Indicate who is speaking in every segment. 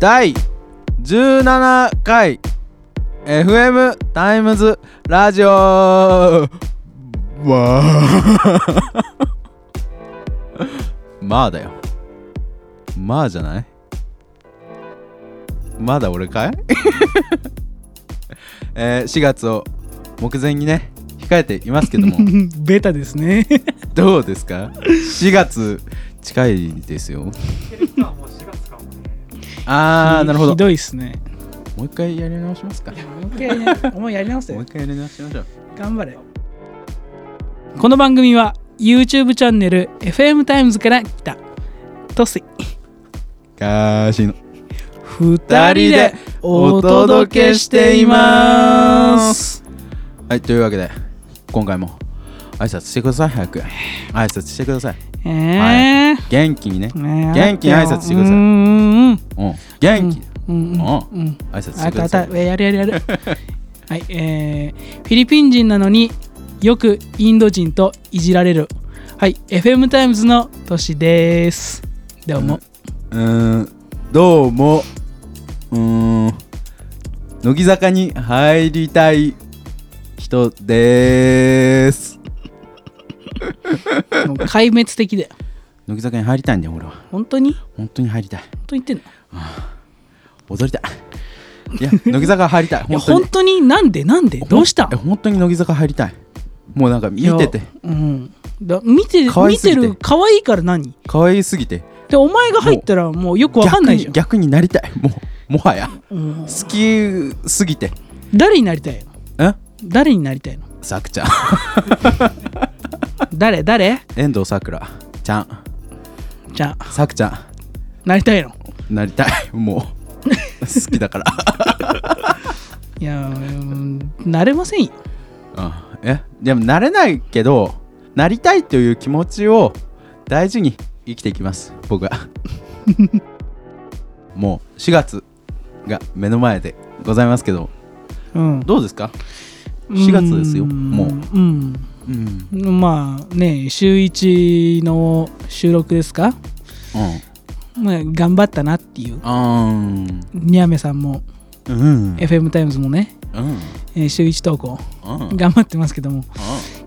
Speaker 1: 第17回 FM タイムズラジオわー まあだよまあじゃないまだ俺かい、 えー、4月を目前にね控えています けども
Speaker 2: ベタですね
Speaker 1: どうですか4月近いですよ
Speaker 3: てる人はもう4月かもね。
Speaker 1: あーなるほど
Speaker 2: ひどいっすね
Speaker 1: もう一回やり直しますかも
Speaker 2: もう一回ねもうやり直せ
Speaker 1: う一回やり直しましょう
Speaker 2: 頑張れこの番組は YouTube チャンネル FM タイムズから来たトスイ
Speaker 1: かーしの
Speaker 2: 2人でお届けしています
Speaker 1: はいというわけで今回も挨拶してください早く挨拶してください
Speaker 2: えー
Speaker 1: 元気にね
Speaker 2: ねえ
Speaker 1: 元気に挨拶してください
Speaker 2: うんうんうん
Speaker 1: うん元気
Speaker 2: うんうんうん
Speaker 1: 挨拶してく
Speaker 2: あったあ
Speaker 1: だ
Speaker 2: っ
Speaker 1: さ
Speaker 2: た
Speaker 1: い
Speaker 2: えやるやる やるはいえー、フィリピン人なのによくインド人といじられるはい FM タイムズのトシですどうも、
Speaker 1: うーんどうもうーん乃木坂に入りたい人でーす
Speaker 2: もう壊滅的だよ
Speaker 1: 乃木坂に入りたいんだよ俺は
Speaker 2: 本当に本
Speaker 1: 本当に入りたい
Speaker 2: 当に言ってんのい
Speaker 1: 踊りたいいや乃木坂入りたい
Speaker 2: や
Speaker 1: 本当に
Speaker 2: 本当になんでなんでどうした
Speaker 1: え本当に乃木坂入りたいもうなんか見てて
Speaker 2: いやうんだ見て
Speaker 1: 可愛
Speaker 2: 見
Speaker 1: すぎ
Speaker 2: て
Speaker 1: て
Speaker 2: る可愛いから何
Speaker 1: 可愛すぎて
Speaker 2: でお前が入ったらもうよくわかん
Speaker 1: 逆
Speaker 2: ないじゃ
Speaker 1: に
Speaker 2: ん
Speaker 1: 逆になりたいもうもはや
Speaker 2: うん
Speaker 1: 好きすぎて
Speaker 2: 誰になりたいの
Speaker 1: ん
Speaker 2: 誰になりたいの
Speaker 1: さくちゃん
Speaker 2: 誰誰
Speaker 1: 遠藤さくらちゃん
Speaker 2: じゃあ
Speaker 1: さくちゃん
Speaker 2: なりたいの
Speaker 1: なりたいもう好きだから
Speaker 2: いやうんなれませんよ
Speaker 1: うんえでもなれないけどなりたいという気持ちを大事に生きていきます 僕はもう4月が目の前でございますけど
Speaker 2: うん
Speaker 1: どうですか4月ですよ
Speaker 2: ん
Speaker 1: も
Speaker 2: うん
Speaker 1: うん、
Speaker 2: まあね週1の収録ですか、まあ、頑張ったなっていう
Speaker 1: うん、うん
Speaker 2: ニャメさんも
Speaker 1: うん、
Speaker 2: FM タイムズもね、
Speaker 1: うん、
Speaker 2: えー週1投稿
Speaker 1: うん、
Speaker 2: 頑張ってますけども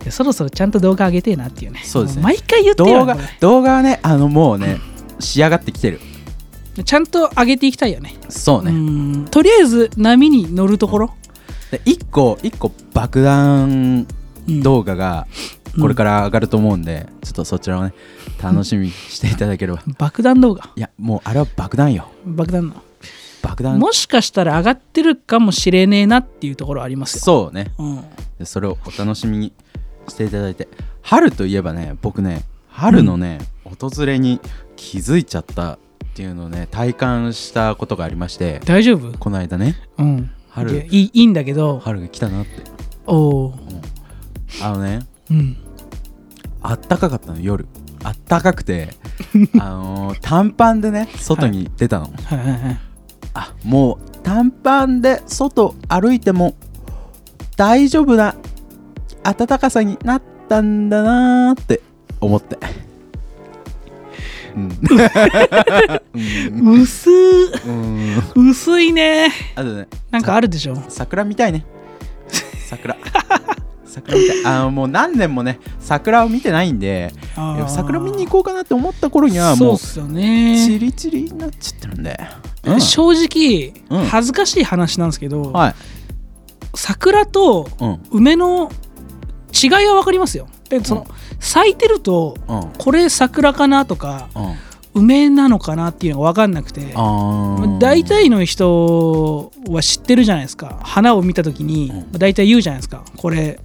Speaker 2: いやそろそろちゃんと動画上げてえなっていうね
Speaker 1: そうですね
Speaker 2: も毎回言ってるよ
Speaker 1: 動
Speaker 2: ね
Speaker 1: 画
Speaker 2: こ
Speaker 1: 動画はねあのもうね仕上がってきてる
Speaker 2: れちゃんと上げていきたいよね
Speaker 1: そうね、
Speaker 2: うんとりあえず波に乗るところ、
Speaker 1: で一個一個爆弾
Speaker 2: うん
Speaker 1: 動画がこれから上がると思うんで、ちょっとそちらをね楽しみにしていただければ
Speaker 2: 爆弾動画
Speaker 1: いやもうあれは爆弾よ
Speaker 2: 爆弾の
Speaker 1: 爆弾
Speaker 2: もしかしたら上がってるかもしれねえなっていうところはありますよ
Speaker 1: そうね
Speaker 2: うん、
Speaker 1: でそれをお楽しみにしていただいて春といえばね僕ね春のね、訪れに気づいちゃったっていうのをね体感したことがありまして
Speaker 2: 大丈夫
Speaker 1: この間ね
Speaker 2: うん、
Speaker 1: 春
Speaker 2: いやいいいいんだけど
Speaker 1: 春が来たなって
Speaker 2: おー
Speaker 1: あのね
Speaker 2: うん
Speaker 1: あったかかったの夜あったかくてあのー短パンでね外に出たの、
Speaker 2: はいはいはい
Speaker 1: あもう短パンで外歩いても大丈夫な暖かさになったんだなーって思って、うん、
Speaker 2: 薄ー
Speaker 1: うん
Speaker 2: 薄いね
Speaker 1: あとね
Speaker 2: なんかあるでしょ
Speaker 1: 桜見たいね桜桜 見たいあのもう何年もね桜を見てないんでいや桜見に行
Speaker 2: こ
Speaker 1: こうかなって思った頃
Speaker 2: う
Speaker 1: には
Speaker 2: そう
Speaker 1: も
Speaker 2: っ
Speaker 1: う
Speaker 2: すよ
Speaker 1: チ
Speaker 2: ね
Speaker 1: リチリになっちゃってるんで、うん
Speaker 2: 正直、
Speaker 1: うん
Speaker 2: 恥ずかしい話なんですけど、
Speaker 1: はい、
Speaker 2: 桜と
Speaker 1: うん
Speaker 2: 梅の違いは分かりますよでその、咲いてると
Speaker 1: うん
Speaker 2: これ桜かなとか
Speaker 1: うん
Speaker 2: 梅なのかなっていうのが分かんなくて
Speaker 1: あー
Speaker 2: 大体の人は知ってるじゃないですか花を見た時に
Speaker 1: うん
Speaker 2: 大体言うじゃないですかこれ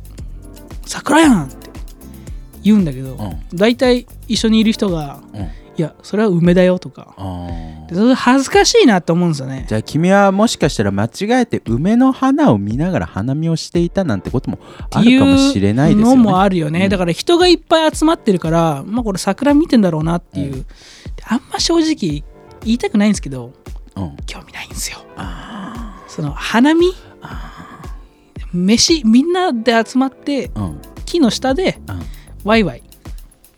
Speaker 2: 桜やんって言うんだけ
Speaker 1: う
Speaker 2: ど
Speaker 1: ん
Speaker 2: 大体一緒にいる人が
Speaker 1: うん
Speaker 2: いやそれは梅だよとか
Speaker 1: あー
Speaker 2: でそれ恥ずかしいなと思うんですよね
Speaker 1: じゃあ君はもしかしたら間違えて梅の花を見ながら花見をしていたなんてこともあ
Speaker 2: ってい
Speaker 1: る
Speaker 2: う
Speaker 1: かもしれないですよ
Speaker 2: の
Speaker 1: ね。
Speaker 2: もあるよね、
Speaker 1: うん
Speaker 2: だから人がいっぱい集まってるからまあこれ桜見てんだろうなっていう、
Speaker 1: う
Speaker 2: であんま正直言いたくないんですけど
Speaker 1: うん
Speaker 2: 興味ないんですよその花見飯みんなで集まって
Speaker 1: うんうん
Speaker 2: 木の下でワイワイ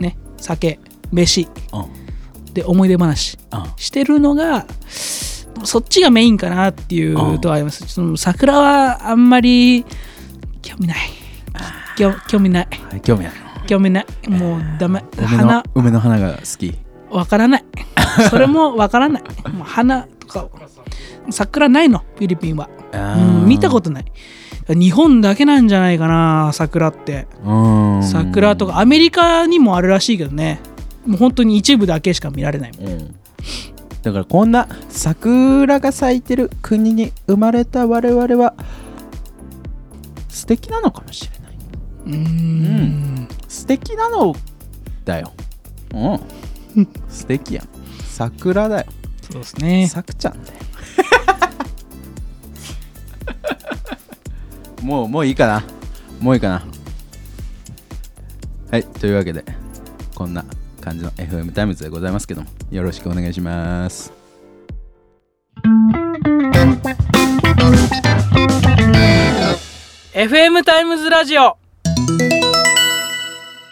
Speaker 2: ね酒飯
Speaker 1: うん
Speaker 2: で思い出話
Speaker 1: うん
Speaker 2: してるのがそっちがメインかなっていうとはありますその桜はあんまり興味ない興興味ない
Speaker 1: はい興味ある
Speaker 2: 興味ないもうダメ
Speaker 1: の梅の
Speaker 2: 花
Speaker 1: 梅の花が好き
Speaker 2: わから ないそれもわからないもう花とか桜ないのフィリピンは、うん、見たこととない日本だけなんじゃないかな桜って
Speaker 1: うん
Speaker 2: 桜とかアメリカにもあるらしいけどねもう本当に一部だけしか見られない
Speaker 1: うんだからこんな桜が咲いてる国に生まれた我々は素敵なのかもしれないう
Speaker 2: ーん
Speaker 1: 素敵なのだようん素敵やん桜だよ
Speaker 2: そうですね
Speaker 1: さくちゃんだよ もうもういいかなもういいかなはいというわけでこんな感じの FM タイムズでございますけどもよろしくお願いします
Speaker 2: 「FM タイムズラジオ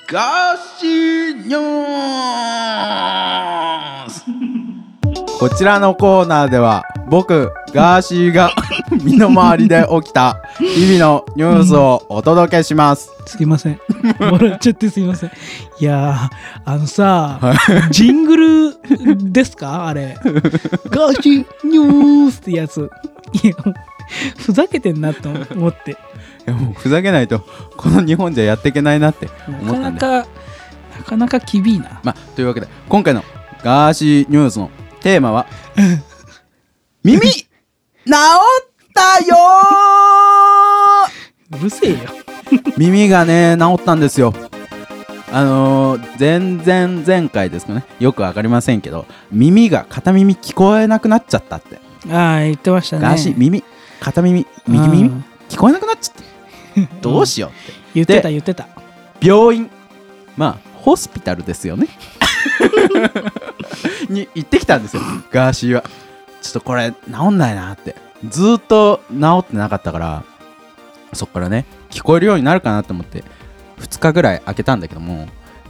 Speaker 1: ガーシーニョーンこちらのコーナーでは僕ガーシーが身の回りで起きた日々のニュースをお届けします」
Speaker 2: すいません 笑っちゃってすいませんいやーあのさジングルですかあれガーシーニュースってやついやもうふざけてんなと思って
Speaker 1: いやもうふざけないとこの日本じゃやっていけないなって思
Speaker 2: な
Speaker 1: っ
Speaker 2: か
Speaker 1: たん
Speaker 2: な
Speaker 1: で
Speaker 2: かなかなか厳いな
Speaker 1: まあというわけで今回のガーシーニュースのテーマ は「耳治ったよ
Speaker 2: うるせえよ
Speaker 1: ー!」耳がね治ったんですよあのー、前々前回ですかねよくわかりませんけど耳が片耳聞こえなくなっちゃったって、
Speaker 2: ああ言ってましたね
Speaker 1: ガーシー耳片耳右
Speaker 2: う
Speaker 1: 耳
Speaker 2: ん
Speaker 1: 聞こえなくなっちゃったどうしようって
Speaker 2: 言ってた
Speaker 1: で
Speaker 2: 言ってた
Speaker 1: 病院まあホスピタルですよ ねに行ってきたんですよガーシーはちょっとこれ治んないなってずーっと治ってなかったからそっからね聞こえるようになるかなと思って2日ぐらい空けたんだけども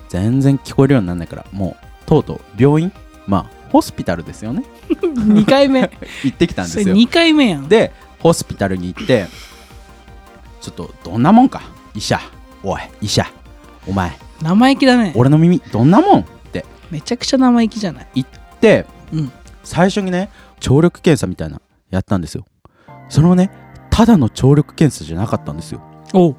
Speaker 1: 全然聞こえるようにならないからもうとうとう病院まあホスピタルですよね
Speaker 2: 2回目
Speaker 1: 行ってきたん
Speaker 2: そ
Speaker 1: で
Speaker 2: れ
Speaker 1: すよ
Speaker 2: 2回目やん
Speaker 1: でホスピタルに行ってちょっとどんなもんか医者おい医者お前
Speaker 2: 生意気だね
Speaker 1: 俺の耳どんなもんって
Speaker 2: めちゃくちゃ生意気じゃない
Speaker 1: 言って
Speaker 2: うん
Speaker 1: 最初にね聴力検査みたいなやったんですよそれもねただの聴力検査じゃなかったんですよ
Speaker 2: おう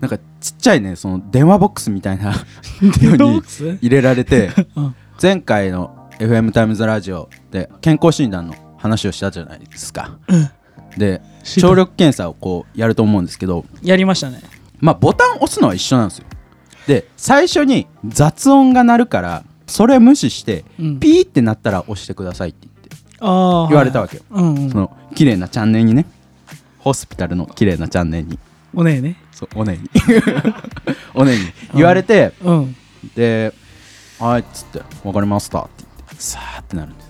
Speaker 1: なんかちっちゃいねその電話ボックスみたいな
Speaker 2: デ
Speaker 1: の
Speaker 2: トッ
Speaker 1: に
Speaker 2: クス
Speaker 1: 入れられて
Speaker 2: うん
Speaker 1: 前回の「FM タイムズラジオ」で健康診断の話をしたじゃないですか
Speaker 2: うん
Speaker 1: で
Speaker 2: 知った
Speaker 1: 聴力検査をこうやると思うんですけど
Speaker 2: やりましたね
Speaker 1: まあボタン押すのは一緒なんですよで最初に雑音が鳴るからそれ無視して
Speaker 2: うん
Speaker 1: ピーってなったら押してくださいって言って
Speaker 2: ああ
Speaker 1: 言われたわけよ、
Speaker 2: うんうん
Speaker 1: その綺麗なチャンネルにねホスピタルの綺麗なチャンネルに
Speaker 2: おねえね
Speaker 1: そうおねに おねに言われて、
Speaker 2: うん
Speaker 1: で「はい」っつって「わかりました」って言ってさーってなるんです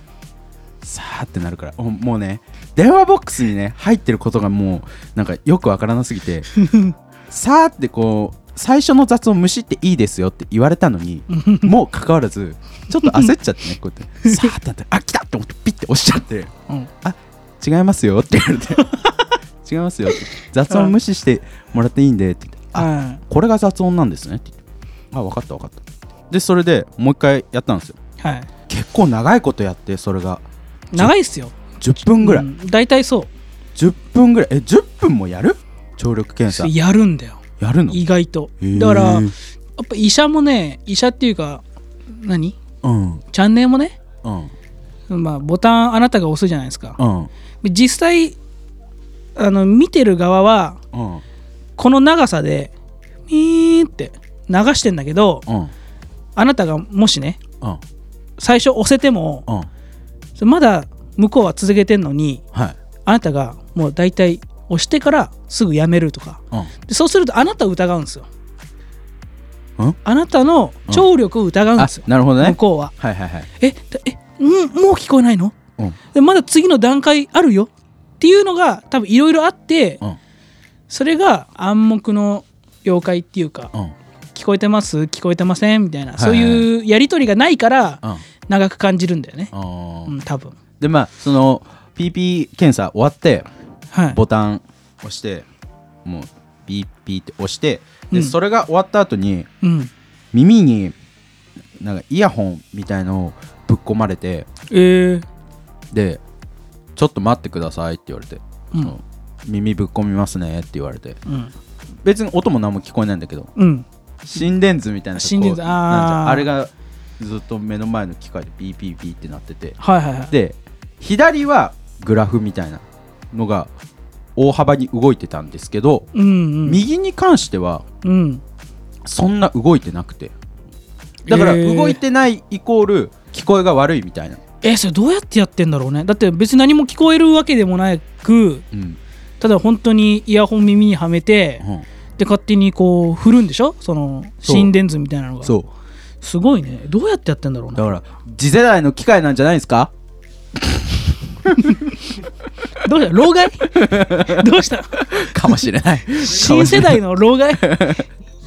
Speaker 1: さーってなるからおもうね電話ボックスにね入ってることがもうなんかよくわからなすぎてさーってこう最初の雑音無視っていいですよって言われたのにもうかかわらずちょっと焦っちゃってねこうやってさーってなって「あ来た!」って思ってピッて押しちゃって。
Speaker 2: うん
Speaker 1: あ違いますよって言われて違いますよって雑音無視してもらっていいんでって言ってあ
Speaker 2: あ
Speaker 1: これが雑音なんですねって言ってあ分かった分かったでそれでもう一回やったんですよ
Speaker 2: は
Speaker 1: 結構長いことやってそれが
Speaker 2: い長いっすよ
Speaker 1: 10分ぐらい、
Speaker 2: うん大体そう
Speaker 1: 10分ぐらいえ10分もやる聴力検
Speaker 2: そ
Speaker 1: 査
Speaker 2: れやるんだよ
Speaker 1: やるの
Speaker 2: 意外と
Speaker 1: へー
Speaker 2: だからやっぱ医者もね医者っていうか何
Speaker 1: うん
Speaker 2: チャンネルもね
Speaker 1: うん
Speaker 2: まあボタンあなたが押すじゃないですか
Speaker 1: うん
Speaker 2: 実際あの見てる側は
Speaker 1: うん
Speaker 2: この長さでミーって流してんだけど
Speaker 1: うん
Speaker 2: あなたがもしね
Speaker 1: うん
Speaker 2: 最初押せても
Speaker 1: うん
Speaker 2: まだ向こうは続けてんのに
Speaker 1: はい
Speaker 2: あなたがもう大体押してからすぐやめるとか
Speaker 1: う
Speaker 2: でそうするとあなたを疑うんですよ
Speaker 1: んん
Speaker 2: あなたの聴力を疑うん
Speaker 1: あ
Speaker 2: ですよ、
Speaker 1: なるほど
Speaker 2: 向
Speaker 1: ね
Speaker 2: こうは
Speaker 1: はいはいはい
Speaker 2: えだえんもう聞こえないの
Speaker 1: うん
Speaker 2: でまだ次の段階あるよっていうのが多分いろいろあって
Speaker 1: うん
Speaker 2: それが暗黙の了解っていうか
Speaker 1: うん
Speaker 2: 聞こえてます聞こえてませんみたいな
Speaker 1: はい
Speaker 2: そういうやり取りがないから
Speaker 1: うん
Speaker 2: 長く感じるんだよね
Speaker 1: あー
Speaker 2: うん多分
Speaker 1: でまあその PP 検査終わって
Speaker 2: はい
Speaker 1: ボタン押してもうピーピーって押してで、
Speaker 2: うん
Speaker 1: それが終わった後に
Speaker 2: うん
Speaker 1: 耳になんかイヤホンみたいのをぶっ込まれて
Speaker 2: えー
Speaker 1: で「ちょっと待ってください」って言われて、
Speaker 2: う
Speaker 1: そ
Speaker 2: ん
Speaker 1: の耳ぶっ込みますね」って言われて
Speaker 2: うん
Speaker 1: 別に音も何も聞こえないんだけど
Speaker 2: うん
Speaker 1: 心電図みたいな
Speaker 2: 心電図
Speaker 1: こうなんていうの
Speaker 2: あー
Speaker 1: あれがずっと目の前の機械でピーピーピーってなってて
Speaker 2: はいはいはい
Speaker 1: で左はグラフみたいなのが大幅に動いてたんですけど、
Speaker 2: うんうん
Speaker 1: 右に関しては
Speaker 2: うん
Speaker 1: そんな動いてなくてだから
Speaker 2: えー
Speaker 1: 動いてないイコール聞こえが悪いみたいな、
Speaker 2: えそれどうやってやってんだろうねだって別に何も聞こえるわけでもなく
Speaker 1: うん
Speaker 2: ただ本当にイヤホン耳にはめて
Speaker 1: うん
Speaker 2: で勝手にこう振るんでしょその
Speaker 1: そう
Speaker 2: 心電図みたいなのが
Speaker 1: そう
Speaker 2: すごいねどうやってやってんだろう
Speaker 1: だ
Speaker 2: な
Speaker 1: から次世代の機械なんじゃないですか
Speaker 2: どうした 老害どうした
Speaker 1: かもしれない
Speaker 2: 新世代の 老害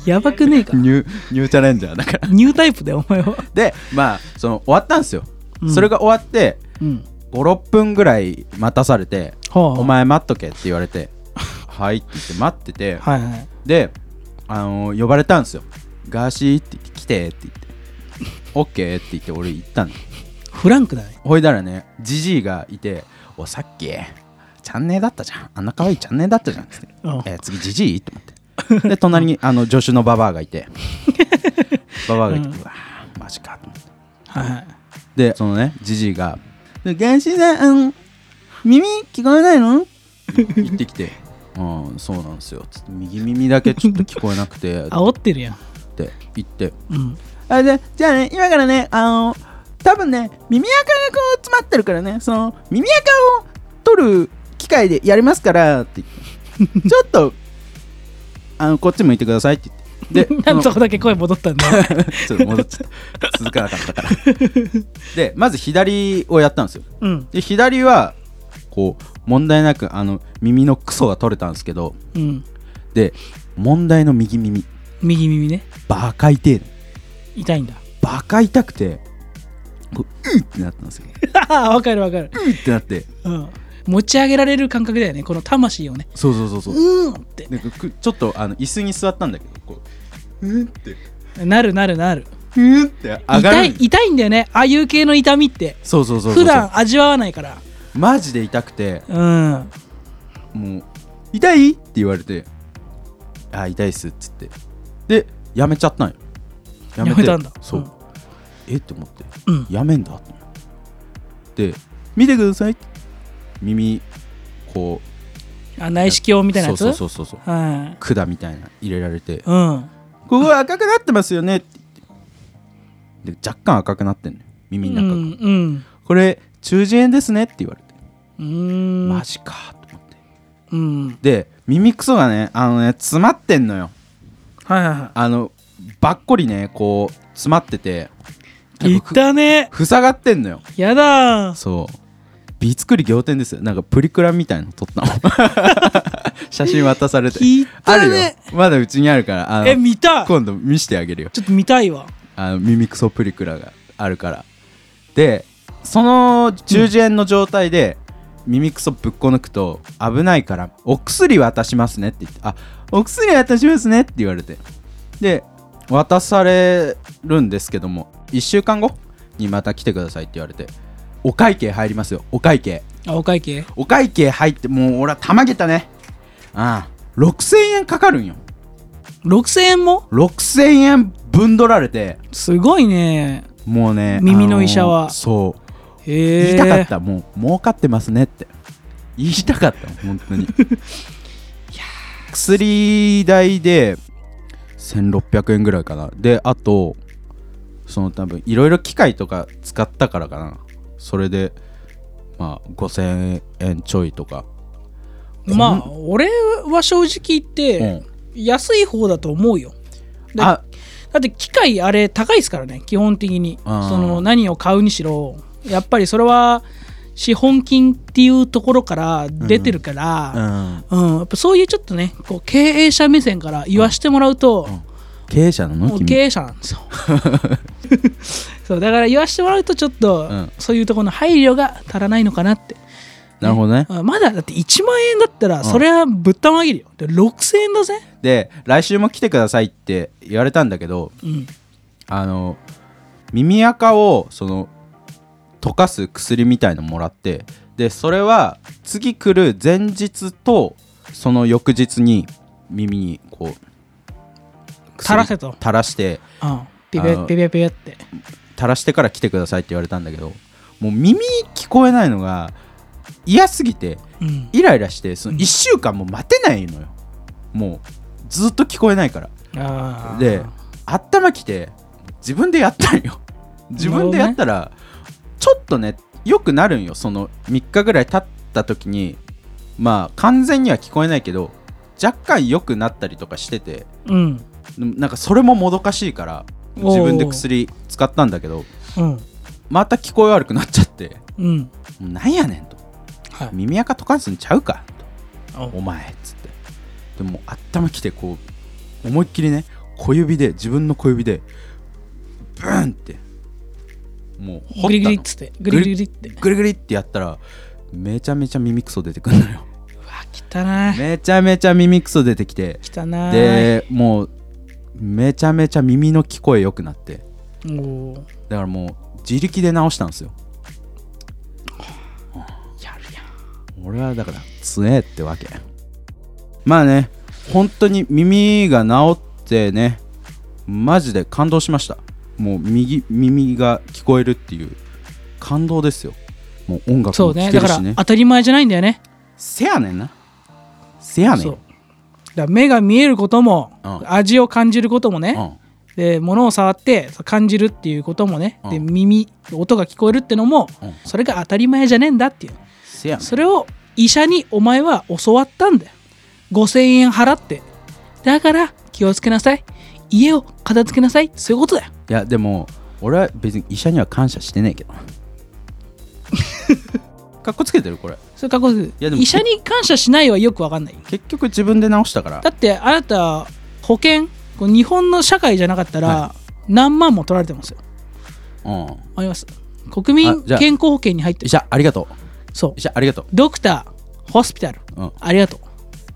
Speaker 2: やばくねえか
Speaker 1: ニューニューチャレンジャーだから
Speaker 2: ニュータイプだよお前は
Speaker 1: でまあその終わったんですよ、
Speaker 2: うん
Speaker 1: それが終わって
Speaker 2: うん
Speaker 1: 56分ぐらい待たされて
Speaker 2: はあ
Speaker 1: 「お前待っとけ」って言われ て「はい」って言って待ってて、
Speaker 2: はいはい
Speaker 1: であの呼ばれたんですよ「ガーシー」って言って「来て」って言って「オッケーって言って俺行ったの
Speaker 2: フランクだね
Speaker 1: ほいだらねじじいがいて「おさっきチャンネルだったじゃんあんな可愛いチャンネルだったじゃん」っつって「
Speaker 2: うん
Speaker 1: えー次じじい?」って思ってで隣にあの助手のババアがい てババアがいて「
Speaker 2: うん
Speaker 1: うわーマジか」と思って
Speaker 2: はいはい
Speaker 1: でそのねじじいが「で原始さん耳聞こえないの?」言ってきて「うんそうなんですよ」つって右耳だけちょっと聞こえなくて
Speaker 2: 煽ってるやん
Speaker 1: って言って
Speaker 2: うん
Speaker 1: あでじゃあね今からねあの多分ね耳垢がこう詰まってるからねその耳垢を取る機械でやりますからって言って ちょっとあのこっち向いてくださいって言って
Speaker 2: なんでそ
Speaker 1: その
Speaker 2: こだけ声戻ったんだよ
Speaker 1: ちょっと戻っちゃった続かなかったからでまず左をやったんですよ
Speaker 2: うん
Speaker 1: で左はこう問題なくあの耳のクソが取れたんですけど
Speaker 2: うん
Speaker 1: で問題の右耳
Speaker 2: 右耳ね
Speaker 1: バカ痛いの
Speaker 2: 痛 いんだ
Speaker 1: バカ痛くてこううーってなったんですよ
Speaker 2: わかるわかる、
Speaker 1: ってなって
Speaker 2: うん、持ち上げられる感覚だよねこの魂をね
Speaker 1: そうそうそうそう
Speaker 2: うーんって
Speaker 1: なんかくちょっとあの椅子に座ったんだけどこううーんって
Speaker 2: なるなるなる
Speaker 1: うーんって上が
Speaker 2: 痛
Speaker 1: る
Speaker 2: い痛いんだよねああいう系の痛みって
Speaker 1: そうそうそうそう
Speaker 2: 普段味わわないから
Speaker 1: マジで痛くて
Speaker 2: うん
Speaker 1: もう痛いって言われてあ痛いっすっつってでやめちゃったんよやめて
Speaker 2: やめたんだ
Speaker 1: そう、
Speaker 2: うん
Speaker 1: えって思って
Speaker 2: うん
Speaker 1: やめんだと思ってで見てください耳こう
Speaker 2: あ内視鏡みたいなやつ
Speaker 1: そうそうそうそう
Speaker 2: はい
Speaker 1: 管みたいな入れられて
Speaker 2: うん
Speaker 1: ここ赤くなってますよねって言ってで若干赤くなってんのよ耳の中が、
Speaker 2: うん
Speaker 1: これ中耳炎ですねって言われて、
Speaker 2: うんうーん
Speaker 1: マジかと思って
Speaker 2: うん
Speaker 1: で耳くそがねあのね詰まってんのよ
Speaker 2: はいはいは
Speaker 1: あのばっこりねこう詰まってて
Speaker 2: いいたね
Speaker 1: ふ塞がってんのよ
Speaker 2: やだー
Speaker 1: そう美作り仰天ですよなんかプリクラみたいの撮ったの 写真渡されて
Speaker 2: 聞い
Speaker 1: あ
Speaker 2: た
Speaker 1: るよ
Speaker 2: ね
Speaker 1: まだうちにあるからあ
Speaker 2: え
Speaker 1: の
Speaker 2: 見たい
Speaker 1: 今度見してあげるよ
Speaker 2: ちょっと見たいわ
Speaker 1: あの耳クソプリクラがあるからでその中耳炎の状態で耳クソぶっこ抜くと危ないから「お薬渡しますね」って言って「あお薬渡しますね」って言われてで渡されるんですけども1週間後にまた来てくださいって言われてお会計入りますよお会計
Speaker 2: あお会計
Speaker 1: お会計入ってもう俺はたまげたねああ6000円かかるんよ
Speaker 2: 6000円も
Speaker 1: 6000円分取られて
Speaker 2: すごいね
Speaker 1: もうね
Speaker 2: 耳の
Speaker 1: あー
Speaker 2: 医者は
Speaker 1: そう
Speaker 2: へえ
Speaker 1: 言いたかった、もう儲かってますねって言いたかった本当 に薬代で1600円ぐらいかなであとその多分いろいろ機械とか使ったからかなそれでまあ5000円ちょいとか
Speaker 2: まあ俺は正直言って、安い方だと思うよで
Speaker 1: あ
Speaker 2: だって機械あれ高いですからね基本的にそ
Speaker 1: あー
Speaker 2: の何を買うにしろやっぱりそれは資本金っていうところから出てるから、うん
Speaker 1: うん
Speaker 2: やっぱそういうちょっとねこう経営者目線から言わしてもらうと、
Speaker 1: 経営者なの
Speaker 2: もう
Speaker 1: 君
Speaker 2: 経営者な んですよそうだから言わしてもらうとちょっと、
Speaker 1: うん
Speaker 2: そういうところの配慮が足らないのかなって
Speaker 1: なるほどね
Speaker 2: あまだだって1万円だったらそれはぶったまげるよで6000円だぜ
Speaker 1: で来週も来てくださいって言われたんだけど
Speaker 2: うん
Speaker 1: あの耳垢をその溶かす薬みたいのもらってでそれは次来る前日とその翌日に耳にこう薬
Speaker 2: 垂らせと
Speaker 1: 垂らして
Speaker 2: うんピペ
Speaker 1: あの
Speaker 2: ピペピペって
Speaker 1: 垂らしてから来てくださいって言われたんだけどもう耳聞こえないのが嫌すぎて
Speaker 2: うん
Speaker 1: イライラしてその
Speaker 2: うん
Speaker 1: 1週間も待てないのよもうずっと聞こえないから
Speaker 2: あー
Speaker 1: で頭きて自分でやったんよ自分でやったら、ちょっとね良くなるんよその3日ぐらい経った時にまあ完全には聞こえないけど若干良くなったりとかしてて
Speaker 2: うん
Speaker 1: でもなんかそれももどかしいから
Speaker 2: おー
Speaker 1: 自分で薬使ったんだけど
Speaker 2: うん
Speaker 1: また聞こえ悪くなっちゃって
Speaker 2: うん
Speaker 1: もうなんやねんと
Speaker 2: はい
Speaker 1: 耳垢とかんすんちゃうか
Speaker 2: お
Speaker 1: お前っつってでもう頭きてこう思いっきりね小指で自分の小指でブーンってもう掘ったの
Speaker 2: グリグリっつってグリグリグリって
Speaker 1: グリグリってやったらめちゃめちゃ耳くそ出てくんのよ
Speaker 2: うわ汚い
Speaker 1: めちゃめちゃ耳くそ出てきて
Speaker 2: 汚い
Speaker 1: でもうめちゃめちゃ耳の聞こえ良くなって
Speaker 2: おー
Speaker 1: だからもう自力で直したんですよ
Speaker 2: やるやん
Speaker 1: 俺はだから強えってわけまあね本当に耳が治ってねマジで感動しましたもう右耳が聞こえるっていう感動ですよもう音楽
Speaker 2: そ
Speaker 1: も
Speaker 2: うね
Speaker 1: 聴け
Speaker 2: だ
Speaker 1: る
Speaker 2: か
Speaker 1: しね
Speaker 2: ら当たり前じゃないんだよね
Speaker 1: せやねんなせやねん
Speaker 2: そうだから目が見えることも
Speaker 1: うん
Speaker 2: 味を感じることもね、
Speaker 1: うん
Speaker 2: で物を触ってそう感じるっていうこともね、
Speaker 1: うん
Speaker 2: で耳音が聞こえるってのも、
Speaker 1: うん
Speaker 2: それが当たり前じゃねえんだっていう
Speaker 1: せやねん
Speaker 2: それを医者にお前は教わったんだよ5000円払ってだから気をつけなさい家を片付けなさいそういうことだよ
Speaker 1: いやでも俺は別に医者には感謝してねえ けどかっこつけてるこれ
Speaker 2: それかっこいい
Speaker 1: やでも
Speaker 2: 医者に感謝しないはよくわかんない
Speaker 1: 結局自分で直したから
Speaker 2: だってあなた保険こう日本の社会じゃなかったら、
Speaker 1: は
Speaker 2: 何万も取られてますよ
Speaker 1: うん
Speaker 2: あります国民
Speaker 1: あじゃあ
Speaker 2: 健康保険に入って
Speaker 1: 医
Speaker 2: る
Speaker 1: 者ありがとう
Speaker 2: そう
Speaker 1: 医者ありがと
Speaker 2: ドクターホスピタル
Speaker 1: ううん
Speaker 2: ありがとう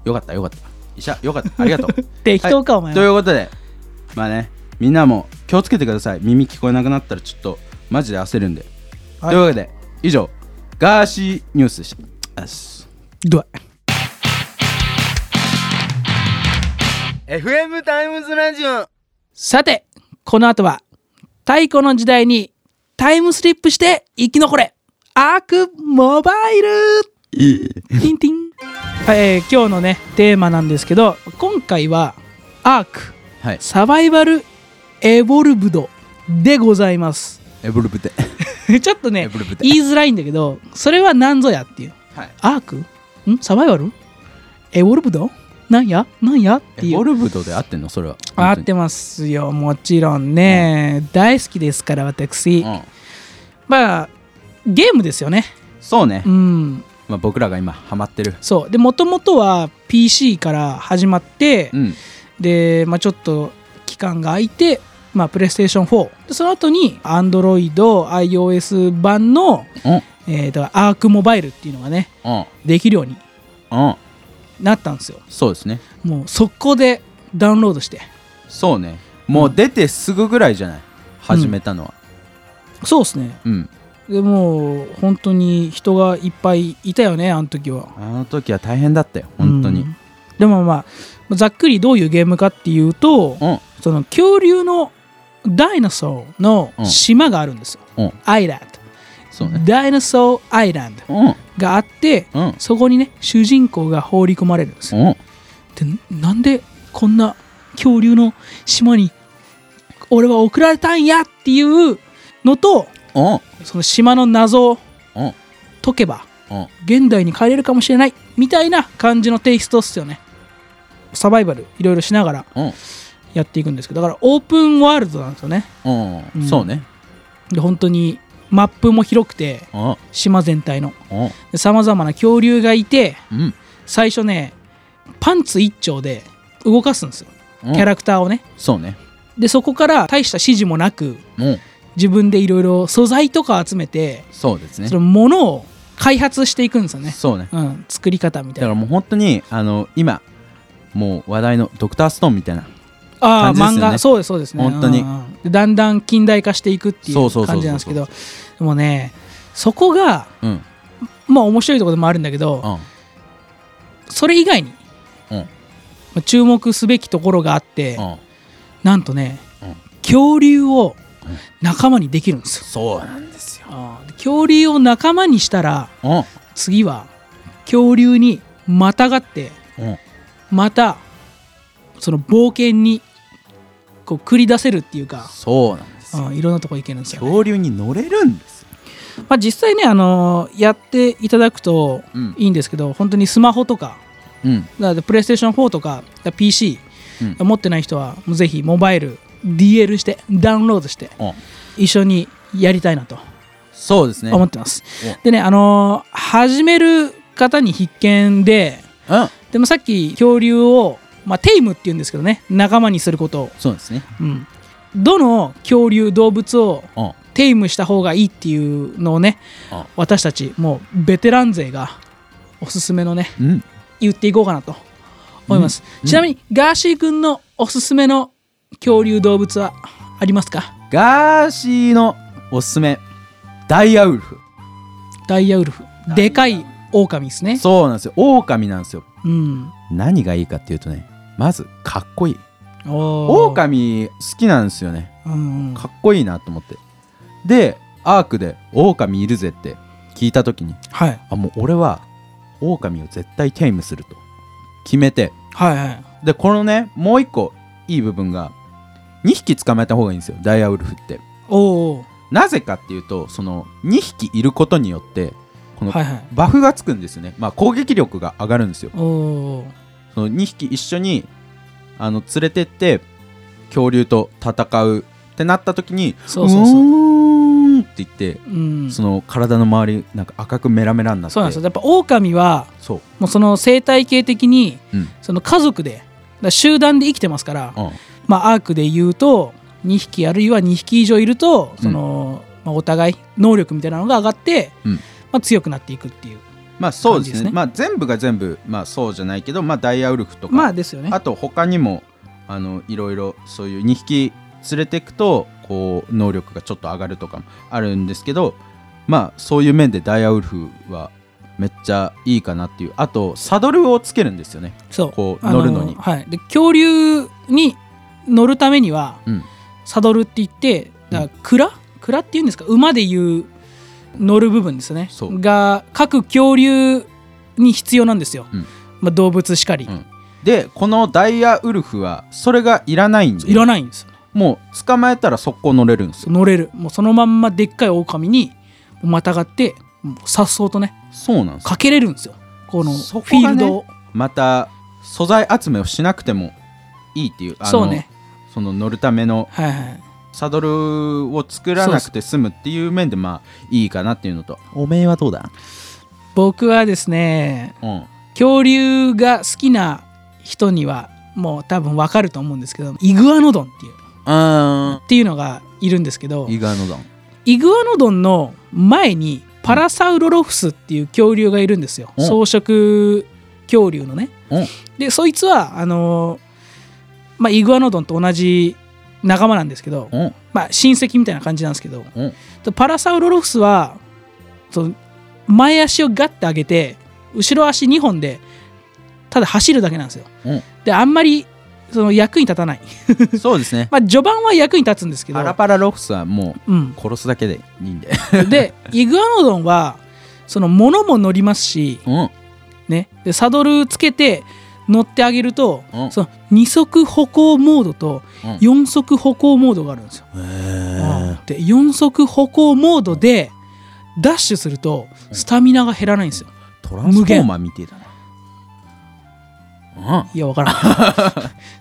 Speaker 1: よかったよかった医者よかったありが とう
Speaker 2: 適当か、
Speaker 1: はい
Speaker 2: お
Speaker 1: と
Speaker 2: 前
Speaker 1: い
Speaker 2: は
Speaker 1: うことでまあねみんなも気をつけてください耳聞こえなくなったらちょっとマジで焦るんで、
Speaker 2: はい
Speaker 1: というわけで以上ガーシーニュースでしたあっす
Speaker 2: どう
Speaker 4: FM タイムズラジオ
Speaker 2: さてこの後は太古の時代にタイムスリップして生き残れアークモバイルティンティン、はいえー今日のねテーマなんですけど今回はアーク
Speaker 1: はい
Speaker 2: サバイバルエボルブドでございます
Speaker 1: エブルブテ
Speaker 2: ちょっと
Speaker 1: エ
Speaker 2: ね
Speaker 1: ボルブテ
Speaker 2: 言いづらいんだけどそれは何ぞやっていう
Speaker 1: はい
Speaker 2: アークんサバイバルエボルブドなんやなんやっ て
Speaker 1: エ
Speaker 2: いう
Speaker 1: ボルブドで合ってんのそれは
Speaker 2: 合って
Speaker 1: ま
Speaker 2: ますよもちろんね、大好きですから私、
Speaker 1: うん、
Speaker 2: まあゲームですよね
Speaker 1: そうね、
Speaker 2: うん
Speaker 1: まあ、僕らが今ハマってる
Speaker 2: そうでもともとは PC から始まって、
Speaker 1: うん
Speaker 2: で、まあ、ちょっと期間が空いて、まあ、プレイステーション4でその後に AndroidiOS 版の、
Speaker 1: うん
Speaker 2: えーとアークモバイルっていうのがね
Speaker 1: うん
Speaker 2: できるように
Speaker 1: うん
Speaker 2: なったんですよ
Speaker 1: そうですね
Speaker 2: もう速攻でダウンロードして
Speaker 1: そうねもう出てすぐぐらいじゃない始めたのは
Speaker 2: そうですね
Speaker 1: うん、
Speaker 2: でもう本当に人がいっぱいいたよねあの時は
Speaker 1: あの時は大変だったよ本当に
Speaker 2: うんでもまあざっくりどういうゲームかっていうと
Speaker 1: うん
Speaker 2: その恐竜のダイナソーの
Speaker 1: うん
Speaker 2: 島があるんですよ、
Speaker 1: うん
Speaker 2: アイラン
Speaker 1: そう
Speaker 2: ド
Speaker 1: ね
Speaker 2: ダイナソーアイランド
Speaker 1: うん
Speaker 2: があって
Speaker 1: うん
Speaker 2: そこにね主人公が放り込まれるんですよ
Speaker 1: うん
Speaker 2: でなんでこんな恐竜の島に俺は送られたんやっていうのと
Speaker 1: うん
Speaker 2: その島の謎を
Speaker 1: うん
Speaker 2: 解けば
Speaker 1: うん
Speaker 2: 現代に帰れるかもしれないみたいな感じのテイストっすよねサバイバルいろいろしながら
Speaker 1: うん
Speaker 2: やっていくんですけどだからオープンワールドなんですよね
Speaker 1: う、
Speaker 2: うんん
Speaker 1: そうね。
Speaker 2: で本当にマップも広くて
Speaker 1: うん、
Speaker 2: 島全体の
Speaker 1: うん、
Speaker 2: さまざまな恐竜がいて
Speaker 1: うん。
Speaker 2: 最初ねパンツ一丁で動かすんですよキャラクターをね
Speaker 1: そうね。
Speaker 2: でそこから大した指示もなく
Speaker 1: うん、
Speaker 2: 自分でいろいろ素材とか集めて
Speaker 1: そうですね
Speaker 2: そ。の物を開発していくんですよね、
Speaker 1: そうね
Speaker 2: うん、作り方み
Speaker 1: だ
Speaker 2: たい
Speaker 1: か
Speaker 2: な
Speaker 1: らもう本当にあの今もう話題の「ドクターストーンみたいな
Speaker 2: あ
Speaker 1: 感
Speaker 2: あ、
Speaker 1: じですよ
Speaker 2: 漫
Speaker 1: ね
Speaker 2: 画そうですそうですね
Speaker 1: 本当に
Speaker 2: うんうんうんでだんだん近代化していくってい
Speaker 1: そうそううそうそう
Speaker 2: 感じなんですけどでもねそこが
Speaker 1: うんうん
Speaker 2: まあ面白いところでもあるんだけどそれ以外に
Speaker 1: うん
Speaker 2: まあ注目すべきところがあって
Speaker 1: うん
Speaker 2: なんとね
Speaker 1: うん
Speaker 2: 恐竜を
Speaker 1: うん
Speaker 2: 仲間にできるんですよ
Speaker 1: そうなんですよ
Speaker 2: あーで恐竜を仲間にしたら
Speaker 1: う
Speaker 2: 次は恐竜にまたがって
Speaker 1: んうん
Speaker 2: またその冒険にこう繰り出せるっていうか、
Speaker 1: そうなんですよ
Speaker 2: うんいろんなとこ行けるんですよね、
Speaker 1: 恐竜に乗れるんですよ
Speaker 2: まあ、実際ね、あのーやっていただくと
Speaker 1: うん
Speaker 2: いいんですけど、本当にスマホとか
Speaker 1: うん
Speaker 2: だってプレイステーション4とかだ PC
Speaker 1: うん
Speaker 2: 持ってない人はもうぜひモバイル DL してダウンロードして
Speaker 1: うん
Speaker 2: 一緒にやりたいなと
Speaker 1: そうですね
Speaker 2: 思ってます、
Speaker 1: お
Speaker 2: でねあのー始める方に必見で
Speaker 1: うん
Speaker 2: でもさっき恐竜を、まあ、テイムっていうんですけどね仲間にすることを、
Speaker 1: そうですね
Speaker 2: うん、どの恐竜動物を
Speaker 1: うんうん
Speaker 2: テイムした方がいいっていうのをね私たちもうベテラン勢がおすすめのね
Speaker 1: うん
Speaker 2: 言っていこうかなと思います、
Speaker 1: うん
Speaker 2: ちなみにガーシー君のおすすめの恐竜動物はありますか
Speaker 1: ガーシーのおすすめダイアウルフ
Speaker 2: ダイヤウルフでかい狼ですね
Speaker 1: そうなんですよ狼なんですよ
Speaker 2: うん
Speaker 1: 何がいいかっていうとねまずかっこいい
Speaker 2: おー
Speaker 1: 狼好きなんですよね
Speaker 2: うんうん
Speaker 1: かっこいいなと思ってでアークで「狼いるぜ」って聞いた時に
Speaker 2: はい
Speaker 1: あもう俺は狼を絶対テイムすると決めて
Speaker 2: はいはい
Speaker 1: でこのねもう一個いい部分が2匹捕まえた方がいいんですよダイアウルフって
Speaker 2: おー
Speaker 1: なぜかっていうとその2匹いることによってこ
Speaker 2: おー
Speaker 1: の
Speaker 2: はいはい
Speaker 1: バフがつくんですよね、まあ、攻撃力が上がるんですよ
Speaker 2: おお
Speaker 1: その2匹一緒にあの連れてって恐竜と戦うってなった時に
Speaker 2: そうそうそうう
Speaker 1: ーんって言って
Speaker 2: うん
Speaker 1: その体の周りなんか赤くメラメラになって
Speaker 2: そうなんですよやっぱ狼は
Speaker 1: そう
Speaker 2: もうその生態系的に
Speaker 1: うん
Speaker 2: その家族でだから集団で生きてますから、
Speaker 1: うん
Speaker 2: まあ、アークで言うと2匹あるいは2匹以上いるとその、まあ、お互い能力みたいなのが上がって、
Speaker 1: うん
Speaker 2: まあ、強くなっていくっていう
Speaker 1: まあそうですね
Speaker 2: 感じですね
Speaker 1: まあ全部が全部まあそうじゃないけどまあダイアウルフとか、
Speaker 2: まあですよね
Speaker 1: あと他にもあのいろいろそういう2匹連れてくとこう能力がちょっと上がるとかもあるんですけどまあそういう面でダイアウルフはめっちゃいいかなっていうあとサドルをつけるんですよね
Speaker 2: そう
Speaker 1: こう
Speaker 2: あの
Speaker 1: 乗るのに
Speaker 2: はい、で恐竜に乗るためには、
Speaker 1: うん
Speaker 2: サドルって言ってだから鞍鞍っていうんですか馬でいう乗る部分ですよね
Speaker 1: そう
Speaker 2: が各恐竜に必要なんですよ、
Speaker 1: うん
Speaker 2: まあ、動物しかり、
Speaker 1: うんでこのダイアウルフはそれがいらないんで
Speaker 2: いらないんですよ
Speaker 1: もう捕まえたら速攻乗れるんですよ
Speaker 2: 乗れるもうそのまんまでっかい狼にまたがってもう颯爽とね
Speaker 1: そうなんですよ
Speaker 2: かけれるんですよこのフ
Speaker 1: そ
Speaker 2: ィ
Speaker 1: こ
Speaker 2: ー
Speaker 1: がね
Speaker 2: ルドを
Speaker 1: また素材集めをしなくてもいいっていうあの
Speaker 2: そうね
Speaker 1: その乗るための
Speaker 2: はいはい
Speaker 1: サドルを作らなくて済むっていう面でまあいいかなっていうのとおめえはどうだ
Speaker 2: 僕はですね
Speaker 1: うん
Speaker 2: 恐竜が好きな人にはもう多分わかると思うんですけどイグアノドンっていう
Speaker 1: あ
Speaker 2: っていうのがいるんですけど
Speaker 1: ーイガーノドン
Speaker 2: イグアノドンの前にパラサウロロフスっていう恐竜がいるんですよ
Speaker 1: うん
Speaker 2: 草食恐竜のね
Speaker 1: うん
Speaker 2: でそいつはあのーまあイグアノドンと同じ仲間なんですけど
Speaker 1: うん
Speaker 2: まあ、親戚みたいな感じなんですけど、
Speaker 1: うん
Speaker 2: とパラサウロロフスはと前足をガッて上げて後ろ足2本でただ走るだけなんですよ、
Speaker 1: うん
Speaker 2: であんまりその役に立たない
Speaker 1: そうです ね
Speaker 2: まあ序盤は役に立つんですけど
Speaker 1: パラパラロフスはも
Speaker 2: うん
Speaker 1: う、殺すだけでいい んで
Speaker 2: でイグアノドンはその物も乗りますし、
Speaker 1: うん
Speaker 2: ね、でサドルつけて乗ってあげると、
Speaker 1: うん
Speaker 2: その2足歩行モードと
Speaker 1: うん
Speaker 2: 4足歩行モードがあるんですよ
Speaker 1: へ
Speaker 2: で4足歩行モードでダッシュするとスタミナが減らないんですよ。
Speaker 1: トランスフォーマー見てえだなうん
Speaker 2: いや分か らん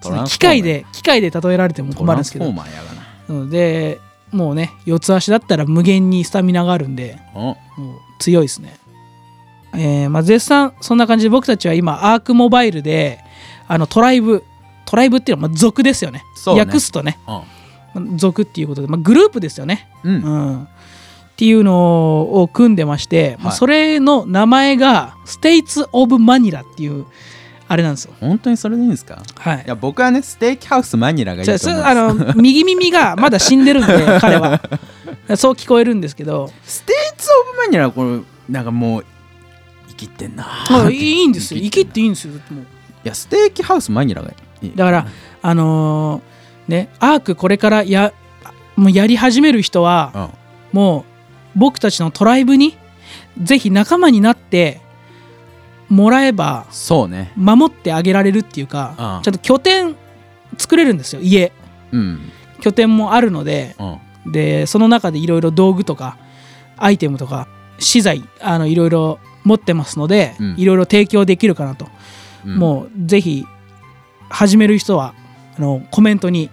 Speaker 2: その機械で機械で例えられても
Speaker 1: ト
Speaker 2: 困る
Speaker 1: ラ
Speaker 2: ん
Speaker 1: ン
Speaker 2: です
Speaker 1: ス
Speaker 2: け
Speaker 1: フォー
Speaker 2: ど
Speaker 1: マーやがな
Speaker 2: なのでもうね四つ足だったら無限にスタミナがあるんで
Speaker 1: うん
Speaker 2: もう強いですね。えーまあ、絶賛そんな感じで僕たちは今アークモバイルであのトライブトライブっていうのはまあ族ですよね
Speaker 1: そうね
Speaker 2: 訳すとね
Speaker 1: うん
Speaker 2: 族っていうことで、まあ、グループですよね
Speaker 1: うん
Speaker 2: うん、っていうのを組んでまして、
Speaker 1: はい
Speaker 2: それの名前がステイツ・オブ・マニラっていうあれなんですよ。
Speaker 1: 本当にそれでいいんですか
Speaker 2: はい
Speaker 1: いや僕はねステーキハウスマニラがいい
Speaker 2: じ
Speaker 1: と
Speaker 2: ゃ
Speaker 1: 思
Speaker 2: あ
Speaker 1: う
Speaker 2: そ
Speaker 1: ん
Speaker 2: う
Speaker 1: です
Speaker 2: あの右耳がまだ死んでるん で彼はそう聞こえるんですけど
Speaker 1: ステーツ・オブ・マニラはこれなんかもう生きてんな
Speaker 2: もういいんですよ生
Speaker 1: てん
Speaker 2: き
Speaker 1: な
Speaker 2: っていいんですよだってもう
Speaker 1: いやステーキハウスマニラがいい
Speaker 2: だからあのーねアークこれからやもうやり始める人は
Speaker 1: うん
Speaker 2: もう僕たちのトライブにぜひ仲間になってもらえば
Speaker 1: そうね
Speaker 2: 守ってあげられるっていう
Speaker 1: あ
Speaker 2: か
Speaker 1: あ
Speaker 2: ちょっと拠点作れるんですよ家
Speaker 1: うん
Speaker 2: 拠点もあるので
Speaker 1: うん
Speaker 2: でその中でいろいろ道具とかアイテムとか資材あのいろいろ持ってますので
Speaker 1: うん
Speaker 2: いろいろ提供できるかなと、
Speaker 1: うん
Speaker 2: もうぜひ始める人はあのコメントに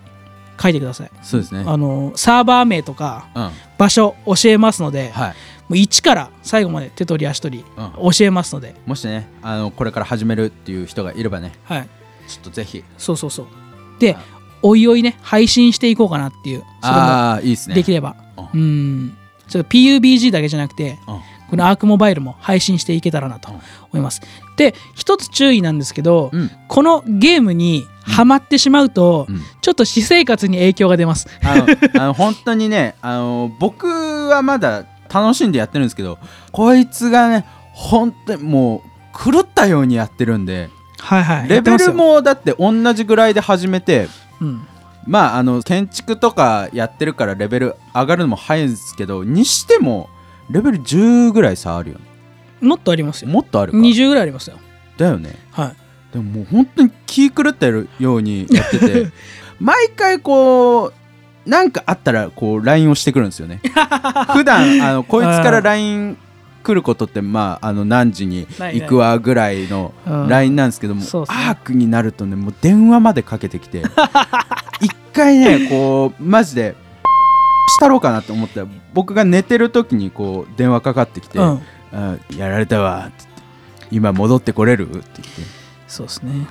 Speaker 2: 書いてください、
Speaker 1: そうですね
Speaker 2: あのサーバー名とか
Speaker 1: うんは
Speaker 2: 場所教えますので、
Speaker 1: い
Speaker 2: もう1から最後まで手取り足取り
Speaker 1: うん
Speaker 2: 教えますので、
Speaker 1: もしねあのこれから始めるっていう人がいればね
Speaker 2: はい、
Speaker 1: ちょっとぜひ
Speaker 2: そうそうそうで
Speaker 1: はい
Speaker 2: おいおいね配信していこうかなっていうそれも
Speaker 1: ああーいいですね
Speaker 2: できれば、
Speaker 1: う
Speaker 2: うんちょっと PUBG だけじゃなくて
Speaker 1: うん
Speaker 2: このアークモバイルも配信していけたらなと
Speaker 1: うん
Speaker 2: 思います。で一つ注意なんですけど、
Speaker 1: うん
Speaker 2: このゲームにハマってしまうと、
Speaker 1: うん
Speaker 2: ちょっと私生活に影響が出ます。
Speaker 1: あの あの本当にねあの僕はまだ楽しんでやってるんですけどこいつがね本当にもう狂ったようにやってるんで
Speaker 2: はいはい、
Speaker 1: レベル
Speaker 2: やって
Speaker 1: もだって同じぐらいで始めて
Speaker 2: ますよ、うん
Speaker 1: まああの建築とかやってるからレベル上がるのも早いんですけどにしてもレベル10ぐらい差あるよね
Speaker 2: もっとありますよ。
Speaker 1: もっとあるか
Speaker 2: 20ぐらいありますよ。
Speaker 1: だよね
Speaker 2: はい、
Speaker 1: でももう本当に気狂ってるようにやってて 毎回こうなんかあったらこう LINE をしてくるんですよ ね普段あのこいつから LINE 来ることってまああの何時に行くわぐらいの
Speaker 2: うん
Speaker 1: LINE なんですけども、
Speaker 2: そうですね
Speaker 1: アークになるとねもう電話までかけてき て一回ねこうマジでしたろうかなって思ったら僕が寝てる時にこう電話かかってきて「
Speaker 2: うん、
Speaker 1: あやられたわ」って言って「今戻ってこれる?」って言って。
Speaker 2: そうですね。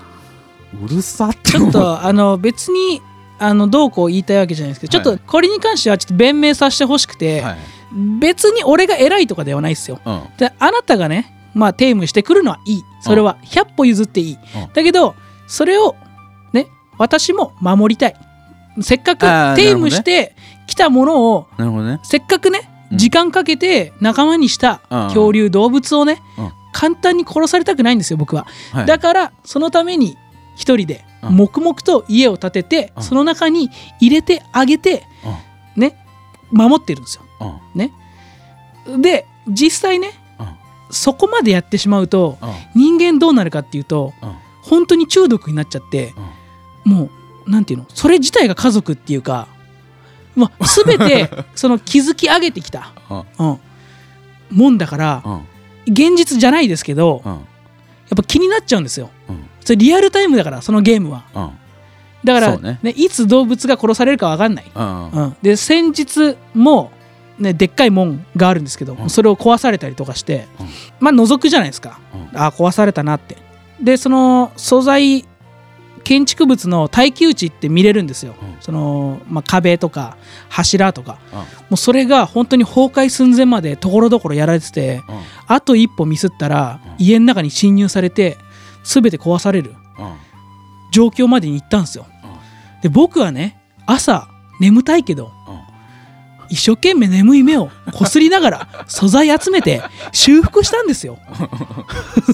Speaker 1: うるさって
Speaker 2: ちょっとあの別にあのどうこう言いたいわけじゃないですけど、ちょ
Speaker 1: は
Speaker 2: っ
Speaker 1: い
Speaker 2: とこれに関してはちょっと弁明させてほしくて、
Speaker 1: はい
Speaker 2: 別に俺が偉いとかではないですよ。
Speaker 1: うん
Speaker 2: であなたがねまあテームしてくるのはいいそれは100歩譲っていい、
Speaker 1: ん
Speaker 2: だけどそれをね私も守りたいせっかく
Speaker 1: あー
Speaker 2: テームしてきたものを、
Speaker 1: なるほどね
Speaker 2: せっかくね
Speaker 1: うん
Speaker 2: 時間かけて仲間にした
Speaker 1: うん
Speaker 2: 恐竜動物をね、
Speaker 1: うん
Speaker 2: 簡単に殺されたくないんですよ僕は、
Speaker 1: はい
Speaker 2: だからそのために一人で
Speaker 1: うん
Speaker 2: 黙々と家を建てて、
Speaker 1: うん
Speaker 2: その中に入れてあげて
Speaker 1: う
Speaker 2: ね守ってるんですよ
Speaker 1: んうん
Speaker 2: で実際ね
Speaker 1: うん
Speaker 2: そこまでやってしまうと
Speaker 1: うん
Speaker 2: 人間どうなるかっていうと
Speaker 1: うん
Speaker 2: 本当に中毒になっちゃって
Speaker 1: うん
Speaker 2: もうなんていうのそれ自体が家族っていうか、まあ、全 てその築き上げてきた、
Speaker 1: うん
Speaker 2: うん、もんだから
Speaker 1: うん
Speaker 2: 現実じゃないですけど
Speaker 1: う
Speaker 2: や
Speaker 1: ん
Speaker 2: っぱ気になっちゃうんですよ。
Speaker 1: うん
Speaker 2: それリアルタイムだからそのゲームは
Speaker 1: うん
Speaker 2: だから、
Speaker 1: そうね
Speaker 2: ねいつ動物が殺されるかわかんない、
Speaker 1: うん
Speaker 2: うん、で先日も、ね、でっかい門があるんですけど、
Speaker 1: うん
Speaker 2: それを壊されたりとかして、
Speaker 1: うん
Speaker 2: まあ覗くじゃないですか、
Speaker 1: うん
Speaker 2: ああ壊されたなってでその素材建築物の耐久値って見れるんですよ、
Speaker 1: うん
Speaker 2: その、まあ、壁とか柱とか
Speaker 1: うん
Speaker 2: もうそれが本当に崩壊寸前までところどころやられてて
Speaker 1: うん
Speaker 2: あと一歩ミスったら
Speaker 1: うん
Speaker 2: 家の中に侵入されて全て壊される
Speaker 1: うん
Speaker 2: 状況までに行ったんですよで僕はね朝眠たいけど
Speaker 1: うん
Speaker 2: 一生懸命眠い目をこすりながら素材集めて修復したんですよ。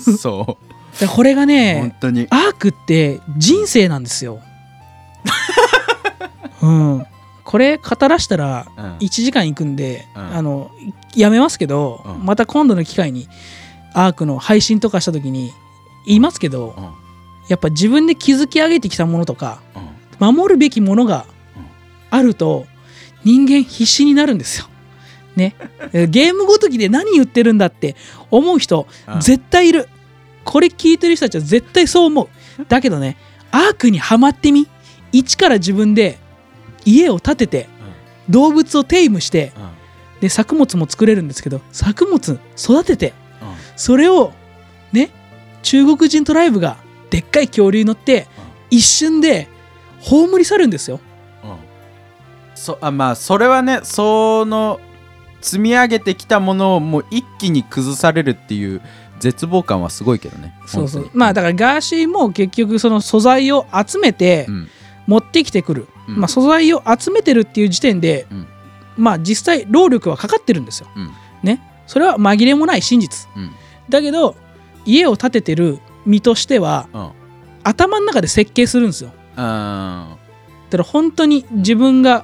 Speaker 1: うんそ
Speaker 2: でこれが
Speaker 1: う本
Speaker 2: ね
Speaker 1: 当に
Speaker 2: アークって人生なんで すよ。うん、これ語らしたら
Speaker 1: うん
Speaker 2: 1時間いくんで、
Speaker 1: うん
Speaker 2: あのやめますけど、
Speaker 1: うん
Speaker 2: また今度の機会にアークの配信とかした時に言いますけど、
Speaker 1: うん
Speaker 2: やっぱ自分で築き上げてきたものとか
Speaker 1: うん
Speaker 2: 守るべきものが
Speaker 1: うん
Speaker 2: あると人間必死になるんですよ。ね、えゲームごときで何言ってるんだって思う人
Speaker 1: うん
Speaker 2: 絶対いるこれ聞いてる人たちは絶対そう思うだけどねアークにはまってみ一から自分で家を建てて動物をテイムして
Speaker 1: うんうん
Speaker 2: で作物も作れるんですけど作物育てて
Speaker 1: うん
Speaker 2: それをね中国人トライブがでっかい恐竜に乗って一瞬で葬り去るんですよ
Speaker 1: うんそあまあそれはねその積み上げてきたものをもう一気に崩されるっていう絶望感はすごいけどね
Speaker 2: そうそう
Speaker 1: 本当に
Speaker 2: まあだからガーシーも結局その素材を集めて
Speaker 1: うん
Speaker 2: 持ってきてくる、
Speaker 1: うん
Speaker 2: まあ、素材を集めてるっていう時点で、
Speaker 1: うん
Speaker 2: まあ実際労力はかかってるんですよ
Speaker 1: うん
Speaker 2: ねそれは紛れもない真実
Speaker 1: うん
Speaker 2: だけど家を建ててる身としては
Speaker 1: うん
Speaker 2: 頭の中で設計するんですよ
Speaker 1: あ
Speaker 2: だから本当に自分が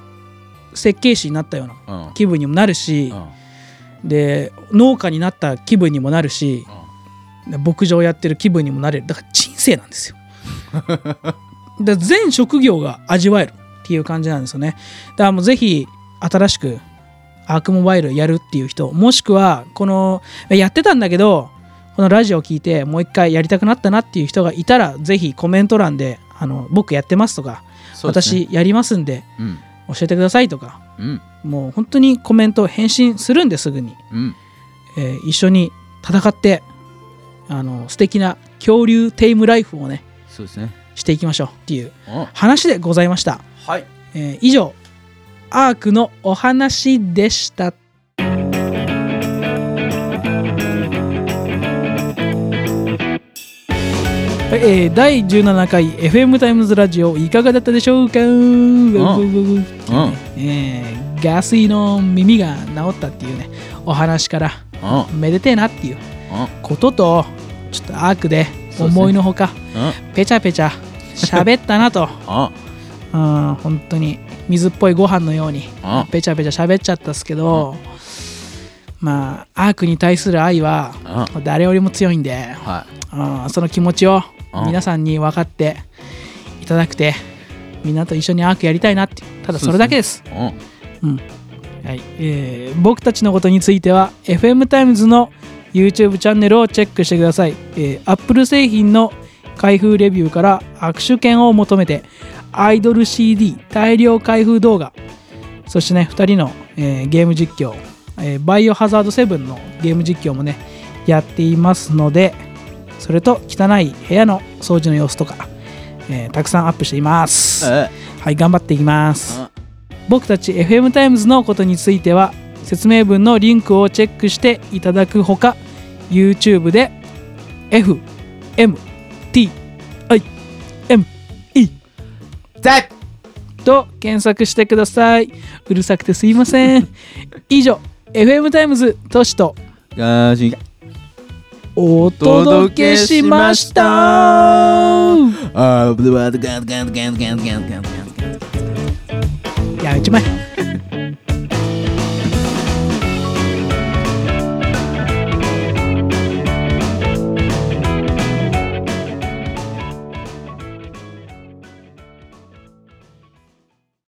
Speaker 2: 設計士になったような
Speaker 1: ーうん
Speaker 2: 気分にもなるし
Speaker 1: うん
Speaker 2: で農家になった気分にもなるし牧場やってる気分にもなれるだから人生なんですよ だから全職業が味わえるっていう感じなんですよねだからもうぜひ新しくアークモバイルやるっていう人もしくはこのやってたんだけどこのラジオを聞いてもう一回やりたくなったなっていう人がいたらぜひコメント欄であの僕やってますとか、
Speaker 1: そうですね
Speaker 2: 私やりますんで
Speaker 1: うん
Speaker 2: 教えてくださいとか
Speaker 1: うん
Speaker 2: もう本当にコメント返信するんですぐに
Speaker 1: うん
Speaker 2: えー一緒に戦ってあの素敵な恐竜テイムライフをね
Speaker 1: そうですね
Speaker 2: していきましょうっていう
Speaker 1: うん
Speaker 2: 話でございました、
Speaker 1: はい
Speaker 2: えー以上アークのお話でしたはいえー第17回 FM タイムズラジオいかがだったでしょうか、
Speaker 1: うん
Speaker 2: えーガスイの耳が治ったっていうねお話から
Speaker 1: うん
Speaker 2: めでてえなっていう
Speaker 1: うん
Speaker 2: こととちょっとアークで
Speaker 1: そうですね
Speaker 2: 思いのほか、
Speaker 1: うん
Speaker 2: ペチャペチャ 喋ったなと
Speaker 1: うん
Speaker 2: うん本当に水っぽいご飯のように
Speaker 1: うん
Speaker 2: ペチャペチャ喋っちゃったっすけど、まあアークに対する愛は
Speaker 1: う
Speaker 2: 誰よりも強いんで、
Speaker 1: は
Speaker 2: うんその気持ちを
Speaker 1: うん
Speaker 2: 皆さんに分かっていただくてみんなと一緒にアークやりたいなっていうただそれだけです。
Speaker 1: いうん
Speaker 2: はいえー僕たちのことについては FM タイムズの YouTube チャンネルをチェックしてください、えー Apple 製品の開封レビューから握手券を求めてアイドル CD 大量開封動画そしてね2人の、えーゲーム実況、えーバイオハザード7のゲーム実況もねやっていますのでそれと汚い部屋の掃除の様子とか、えーたくさんアップしています
Speaker 1: え
Speaker 2: はい頑張っていきます
Speaker 1: うん
Speaker 2: 僕たち FM タイムズのことについては説明文のリンクをチェックしていただくほか YouTube で FMTIME
Speaker 1: 絶
Speaker 2: と検索してくださいうるさくてすいません以上 FM タイムズトシと
Speaker 1: ガーシー
Speaker 2: お届けしました
Speaker 1: あーブルワードガンガンガンガンガンガンガンガン
Speaker 2: やめちまえ
Speaker 1: ガン